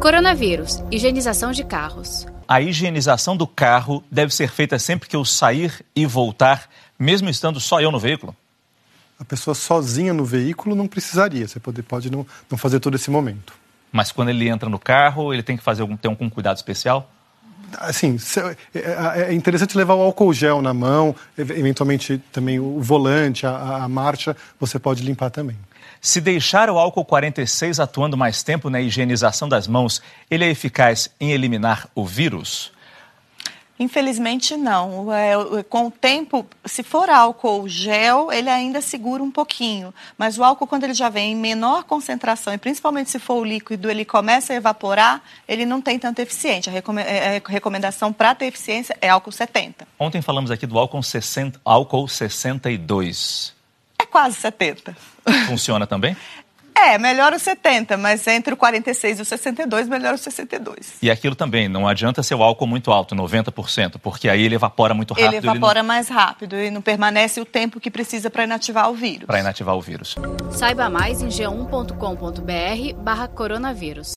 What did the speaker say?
Coronavírus, higienização de carros. A higienização do carro deve ser feita sempre que eu sair e voltar, mesmo estando só eu no veículo? A pessoa sozinha no veículo não precisaria, você pode, pode não, não fazer todo esse momento. Mas quando ele entra no carro, ele tem que fazer algum, ter algum cuidado especial? assim, é interessante levar o álcool gel na mão, eventualmente também o volante, a, a, marcha, você pode limpar também. Se deixar o álcool 46 atuando mais tempo na higienização das mãos, ele é eficaz em eliminar o vírus? Infelizmente não. É, com o tempo, se for álcool gel, ele ainda segura um pouquinho. Mas o álcool, quando ele já vem em menor concentração, e principalmente se for o líquido, ele começa a evaporar, ele não tem tanta eficiência. A é, recomendação para ter eficiência é álcool 70. Ontem falamos aqui do álcool, 60, álcool 62. É quase 70. Funciona também? É, melhor o 70, mas entre o 46 e o 62, melhor o 62. E aquilo também, não adianta ser o álcool muito alto, 90%, porque aí ele evapora muito rápido. Ele evapora ele não... mais rápido e não permanece o tempo que precisa para inativar o vírus. Para inativar o vírus. um Saiba mais em g1.com.br barra coronavírus.